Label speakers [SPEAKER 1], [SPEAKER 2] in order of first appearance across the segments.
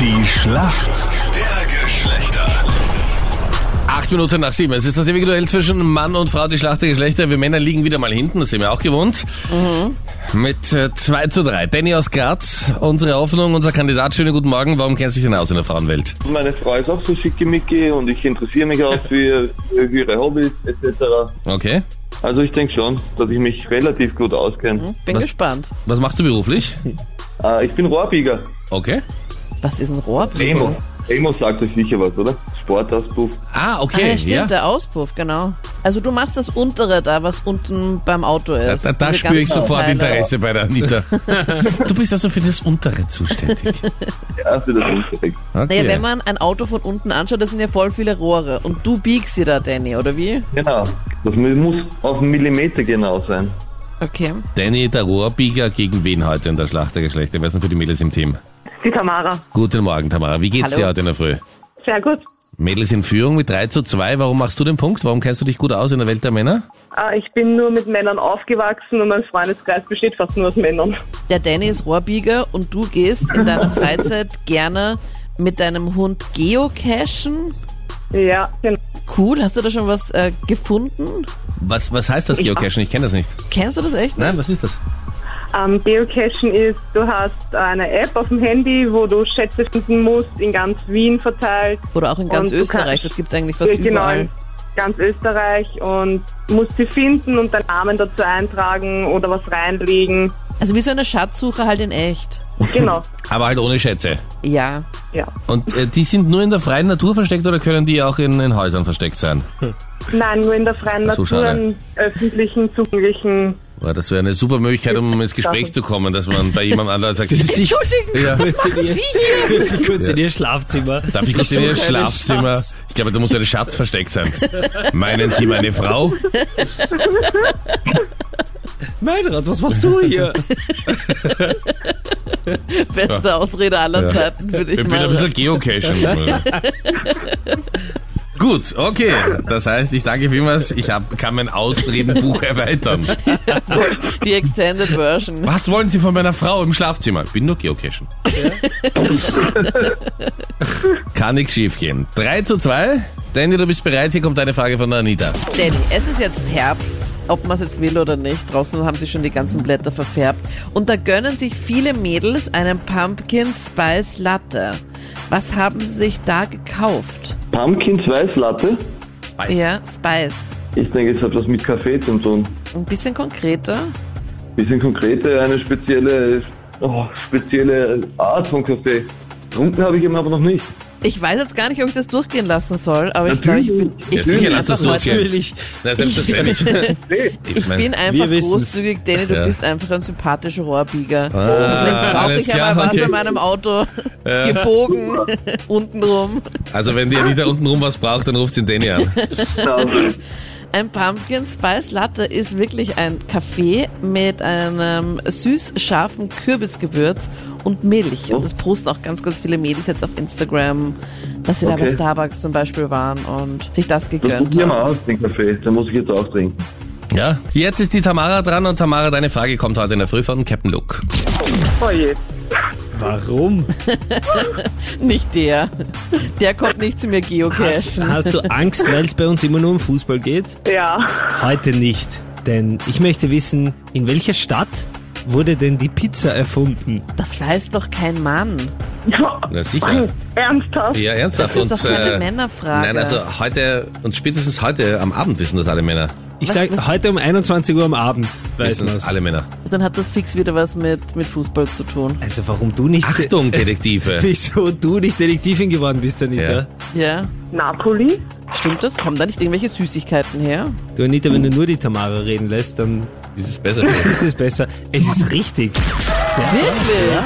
[SPEAKER 1] Die Schlacht der Geschlechter.
[SPEAKER 2] Acht Minuten nach sieben. Es ist das individuell zwischen Mann und Frau die Schlacht der Geschlechter. Wir Männer liegen wieder mal hinten, das sind wir auch gewohnt.
[SPEAKER 3] Mhm.
[SPEAKER 2] Mit äh, 2 zu 3. Danny aus Graz, unsere Hoffnung, unser Kandidat. Schönen guten Morgen. Warum kennst du dich denn aus in der Frauenwelt?
[SPEAKER 4] Meine Frau ist auch so schickimicki und ich interessiere mich auch für, für ihre Hobbys etc.
[SPEAKER 2] Okay.
[SPEAKER 4] Also ich denke schon, dass ich mich relativ gut auskenne.
[SPEAKER 3] Bin
[SPEAKER 2] Was-
[SPEAKER 3] gespannt.
[SPEAKER 2] Was machst du beruflich?
[SPEAKER 4] Äh, ich bin Rohrbieger.
[SPEAKER 2] Okay.
[SPEAKER 3] Was ist ein Rohrbrüder?
[SPEAKER 4] Emo. Emo sagt euch sicher was, oder? Sportauspuff.
[SPEAKER 2] Ah,
[SPEAKER 3] Ah,
[SPEAKER 2] okay.
[SPEAKER 3] ja, stimmt,
[SPEAKER 2] ja.
[SPEAKER 3] der Auspuff, genau. Also du machst das untere da, was unten beim Auto ist.
[SPEAKER 2] Da, da
[SPEAKER 3] Diese
[SPEAKER 2] spüre ich
[SPEAKER 3] ganzen
[SPEAKER 2] sofort
[SPEAKER 3] Teile.
[SPEAKER 2] Interesse bei der Anita. du bist also für das untere zuständig.
[SPEAKER 4] Ja, für das Unverrückt.
[SPEAKER 2] Okay.
[SPEAKER 3] Naja, wenn man ein Auto von unten anschaut, das sind ja voll viele Rohre. Und du biegst sie da, Danny, oder wie?
[SPEAKER 4] Genau. Das muss auf einen Millimeter genau sein.
[SPEAKER 3] Okay.
[SPEAKER 2] Danny, der Rohrbieger, gegen wen heute in der Schlacht der Geschlechter? Wer ist denn für die Mädels im Team?
[SPEAKER 5] Die Tamara.
[SPEAKER 2] Guten Morgen, Tamara. Wie geht's
[SPEAKER 3] Hallo.
[SPEAKER 2] dir heute in der Früh?
[SPEAKER 5] Sehr gut.
[SPEAKER 2] Mädels in Führung mit 3 zu 2. Warum machst du den Punkt? Warum kennst du dich gut aus in der Welt der Männer?
[SPEAKER 5] Äh, Ich bin nur mit Männern aufgewachsen und mein Freundeskreis besteht fast nur aus Männern.
[SPEAKER 3] Der Danny ist Rohrbieger und du gehst in deiner Freizeit gerne mit deinem Hund geocachen.
[SPEAKER 5] Ja, genau.
[SPEAKER 3] Cool, hast du da schon was äh, gefunden?
[SPEAKER 2] Was, was heißt das
[SPEAKER 5] Ich-
[SPEAKER 2] Geocachen? Ich kenne das nicht.
[SPEAKER 3] Kennst du das echt?
[SPEAKER 2] Nein, was ist das?
[SPEAKER 5] Ähm, Geocachen ist, du hast eine App auf dem Handy, wo du Schätze finden musst, in ganz Wien verteilt.
[SPEAKER 3] Oder auch in ganz
[SPEAKER 5] Und du
[SPEAKER 3] Österreich,
[SPEAKER 5] kannst-
[SPEAKER 3] das gibt's eigentlich fast
[SPEAKER 5] Ja, genau,
[SPEAKER 3] überall.
[SPEAKER 5] in ganz Österreich und musst sie finden und deinen Namen dazu eintragen oder was reinlegen.
[SPEAKER 3] Also wie so eine Schatzsuche halt in echt.
[SPEAKER 5] Genau,
[SPEAKER 2] Aber halt ohne Schätze.
[SPEAKER 3] Ja.
[SPEAKER 5] ja.
[SPEAKER 2] Und äh, die sind nur in der freien Natur versteckt oder können die auch in, in Häusern versteckt sein?
[SPEAKER 5] Nein, nur in der freien
[SPEAKER 2] Ach so,
[SPEAKER 5] Natur,
[SPEAKER 2] schade.
[SPEAKER 5] in öffentlichen, zugänglichen.
[SPEAKER 2] Boah, das wäre eine super Möglichkeit, um ins Gespräch zu kommen, dass man bei jemandem anderen sagt,
[SPEAKER 6] Sich,
[SPEAKER 2] ja,
[SPEAKER 6] kurz, kurz in ihr Schlafzimmer.
[SPEAKER 2] darf ich kurz in Ihr
[SPEAKER 6] suche einen
[SPEAKER 2] Schlafzimmer?
[SPEAKER 6] Schatz.
[SPEAKER 2] Ich glaube, da muss ein Schatz versteckt sein. Meinen Sie meine Frau?
[SPEAKER 6] Meinrad, was machst du hier?
[SPEAKER 3] Beste Ausrede aller
[SPEAKER 2] Ja.
[SPEAKER 3] Zeiten, würde ich,
[SPEAKER 2] Ich bin
[SPEAKER 3] mal.
[SPEAKER 2] ein bisschen Geocachen. Gut, okay. Das heißt, ich danke vielmals. Ich hab, kann mein Ausredenbuch erweitern.
[SPEAKER 3] Die Extended Version.
[SPEAKER 2] Was wollen Sie von meiner Frau im Schlafzimmer? Ich bin nur Geocachen. Kann nichts schief gehen. 3 zu 2. Danny, du bist bereit. Hier kommt eine Frage von der Anita.
[SPEAKER 3] Danny, es ist jetzt Herbst, ob man es jetzt will oder nicht. Draußen haben sich schon die ganzen Blätter verfärbt. Und da gönnen sich viele Mädels einen Pumpkin Spice Latte. Was haben sie sich da gekauft?
[SPEAKER 4] Pumpkin Spice Latte?
[SPEAKER 2] Weiß.
[SPEAKER 3] Ja, Spice.
[SPEAKER 4] Ich denke, es hat was mit Kaffee zu tun.
[SPEAKER 3] Ein bisschen konkreter.
[SPEAKER 4] Bisschen konkreter, eine spezielle, oh, spezielle Art von Kaffee. Trunken habe ich ihn aber noch nicht.
[SPEAKER 3] Ich weiß jetzt gar nicht, ob ich das durchgehen lassen soll, aber ich glaube, ich bin.
[SPEAKER 4] Natürlich.
[SPEAKER 3] Ich
[SPEAKER 2] Ja, sicher,
[SPEAKER 3] bin
[SPEAKER 2] lass das
[SPEAKER 3] einfach heute-
[SPEAKER 2] durchgehen. Na, selbstverständlich.
[SPEAKER 3] Ich
[SPEAKER 2] mein,
[SPEAKER 3] bin einfach
[SPEAKER 6] wir wissen's.
[SPEAKER 3] großzügig, Danny, du
[SPEAKER 2] Ja.
[SPEAKER 3] bist einfach ein sympathischer Rohrbieger.
[SPEAKER 2] Ah,
[SPEAKER 3] Vielleicht brauche
[SPEAKER 2] alles
[SPEAKER 3] ich ja mal
[SPEAKER 2] klar,
[SPEAKER 3] was
[SPEAKER 2] okay.
[SPEAKER 3] in meinem Auto gebogen, untenrum.
[SPEAKER 2] Also wenn die Anita unten rum was braucht, dann ruft sie den Danny an.
[SPEAKER 4] Also,
[SPEAKER 3] Ein Pumpkin Spice Latte ist wirklich ein Kaffee mit einem süß-scharfen Kürbisgewürz und Milch. Und das posten auch ganz, ganz viele Mädels jetzt auf Instagram, dass sie da bei
[SPEAKER 4] Okay.
[SPEAKER 3] Starbucks zum Beispiel waren und sich das
[SPEAKER 4] das
[SPEAKER 3] gegönnt
[SPEAKER 4] probieren wir
[SPEAKER 3] haben.
[SPEAKER 4] aus, den Kaffee. Den muss ich jetzt auch trinken.
[SPEAKER 2] Ja, jetzt ist die Tamara dran und Tamara, deine Frage kommt heute in der Früh von Captain Luke.
[SPEAKER 5] Oh je.
[SPEAKER 6] Warum?
[SPEAKER 3] Nicht der. Der kommt nicht zu mir
[SPEAKER 6] Hast,
[SPEAKER 3] geocachen.
[SPEAKER 6] hast du Angst, weil es bei uns immer nur um Fußball geht?
[SPEAKER 5] Ja.
[SPEAKER 6] Heute nicht. Denn ich möchte wissen, in welcher Stadt wurde denn die Pizza erfunden?
[SPEAKER 3] Das weiß doch kein Mann.
[SPEAKER 2] Na sicher.
[SPEAKER 5] Ernsthaft?
[SPEAKER 2] Ja, ernsthaft.
[SPEAKER 3] Das ist doch
[SPEAKER 2] und, äh,
[SPEAKER 3] keine Männerfrage.
[SPEAKER 2] Nein, also heute und spätestens heute am Abend wissen das alle Männer.
[SPEAKER 6] Ich
[SPEAKER 3] Was-
[SPEAKER 6] sage,
[SPEAKER 3] was-
[SPEAKER 6] heute um 21 Uhr am Abend weiß
[SPEAKER 2] Wissen
[SPEAKER 6] man
[SPEAKER 2] das alle Männer.
[SPEAKER 3] Dann hat das fix wieder was mit, mit Fußball zu tun.
[SPEAKER 6] Also warum du nicht...
[SPEAKER 2] Achtung, Detektive.
[SPEAKER 6] Wieso du nicht Detektivin geworden bist, Anita?
[SPEAKER 3] Ja,
[SPEAKER 5] Napoli?
[SPEAKER 3] stimmt das? Kommen da nicht irgendwelche Süßigkeiten her?
[SPEAKER 6] Du, Anita, wenn du nur die Tamara reden lässt, dann
[SPEAKER 2] Das ist besser.
[SPEAKER 6] ist es besser. Es ist richtig. Sehr
[SPEAKER 3] Wirklich?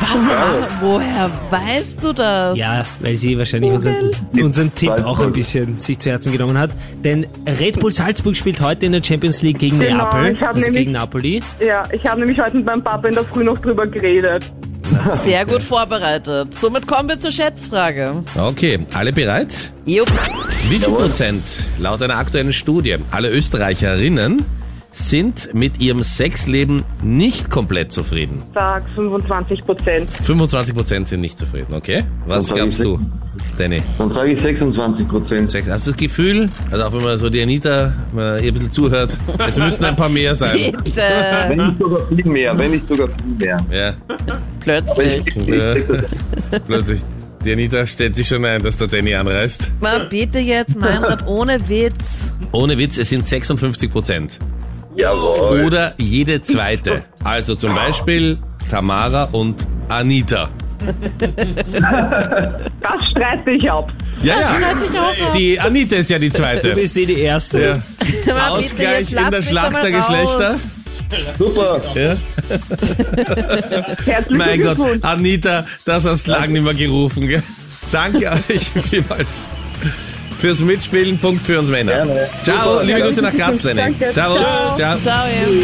[SPEAKER 3] Was? Ah, Woher weißt du das?
[SPEAKER 6] Ja, weil sie wahrscheinlich unseren, unseren Tipp
[SPEAKER 4] Salzburg.
[SPEAKER 6] auch ein bisschen sich zu Herzen genommen hat. Denn Red Bull Salzburg spielt heute in der Champions League gegen
[SPEAKER 5] Genau,
[SPEAKER 6] Neapel.
[SPEAKER 5] ich hab
[SPEAKER 6] also
[SPEAKER 5] nämlich-
[SPEAKER 6] gegen Napoli.
[SPEAKER 5] Ja, ich habe nämlich heute mit meinem Papa in der Früh noch drüber geredet.
[SPEAKER 3] Sehr gut vorbereitet. Somit kommen wir zur Schätzfrage.
[SPEAKER 2] Okay, alle bereit?
[SPEAKER 3] Jupp.
[SPEAKER 2] Wie viel Prozent laut einer aktuellen Studie aller Österreicherinnen sind mit ihrem Sexleben nicht komplett zufrieden.
[SPEAKER 5] Sag 25 Prozent.
[SPEAKER 2] 25% sind nicht zufrieden, okay? Was
[SPEAKER 4] Das hab
[SPEAKER 2] glaubst
[SPEAKER 4] ich
[SPEAKER 2] du, Danny?
[SPEAKER 4] Dann sage ich 26 Prozent.
[SPEAKER 2] Sex- Hast du das Gefühl, also auch wenn man so die Anita mal ihr ein bisschen zuhört, es müssten ein paar mehr sein.
[SPEAKER 3] Bitte.
[SPEAKER 4] Wenn nicht sogar viel mehr, wenn nicht sogar viel mehr.
[SPEAKER 2] Ja,
[SPEAKER 3] Plötzlich.
[SPEAKER 2] Ja. plötzlich. Die Anita stellt sich schon ein, dass der Danny anreist.
[SPEAKER 3] Na, bitte jetzt, Meinrad, ohne Witz.
[SPEAKER 2] Ohne Witz, es sind 56 Prozent.
[SPEAKER 4] Jawohl.
[SPEAKER 2] Oder jede zweite. Also zum Beispiel Tamara und Anita.
[SPEAKER 5] Das streite ich ab.
[SPEAKER 2] Ja, ja. Die Anita ist ja die
[SPEAKER 6] Du
[SPEAKER 2] zweite.
[SPEAKER 6] bist eh die Erste.
[SPEAKER 2] Ja.
[SPEAKER 3] Na, bitte, jetzt
[SPEAKER 2] Ausgleich
[SPEAKER 3] lass
[SPEAKER 2] in der
[SPEAKER 3] mich
[SPEAKER 2] Schlacht
[SPEAKER 3] doch
[SPEAKER 2] der
[SPEAKER 3] mal raus.
[SPEAKER 2] Geschlechter.
[SPEAKER 4] Super.
[SPEAKER 2] Ja.
[SPEAKER 5] Herzlichen
[SPEAKER 2] Mein Gott,
[SPEAKER 5] Glückwunsch.
[SPEAKER 2] Anita, das hast du lang nicht mehr gerufen. Gell? Danke euch vielmals fürs Mitspielen. Punkt für uns Männer.
[SPEAKER 4] Gerne.
[SPEAKER 2] Ciao,
[SPEAKER 4] Super.
[SPEAKER 2] liebe Grüße nach Graz, Lenny.
[SPEAKER 5] Danke.
[SPEAKER 2] Servus.
[SPEAKER 5] Ciao.
[SPEAKER 2] Ciao.
[SPEAKER 3] Ciao, ihr.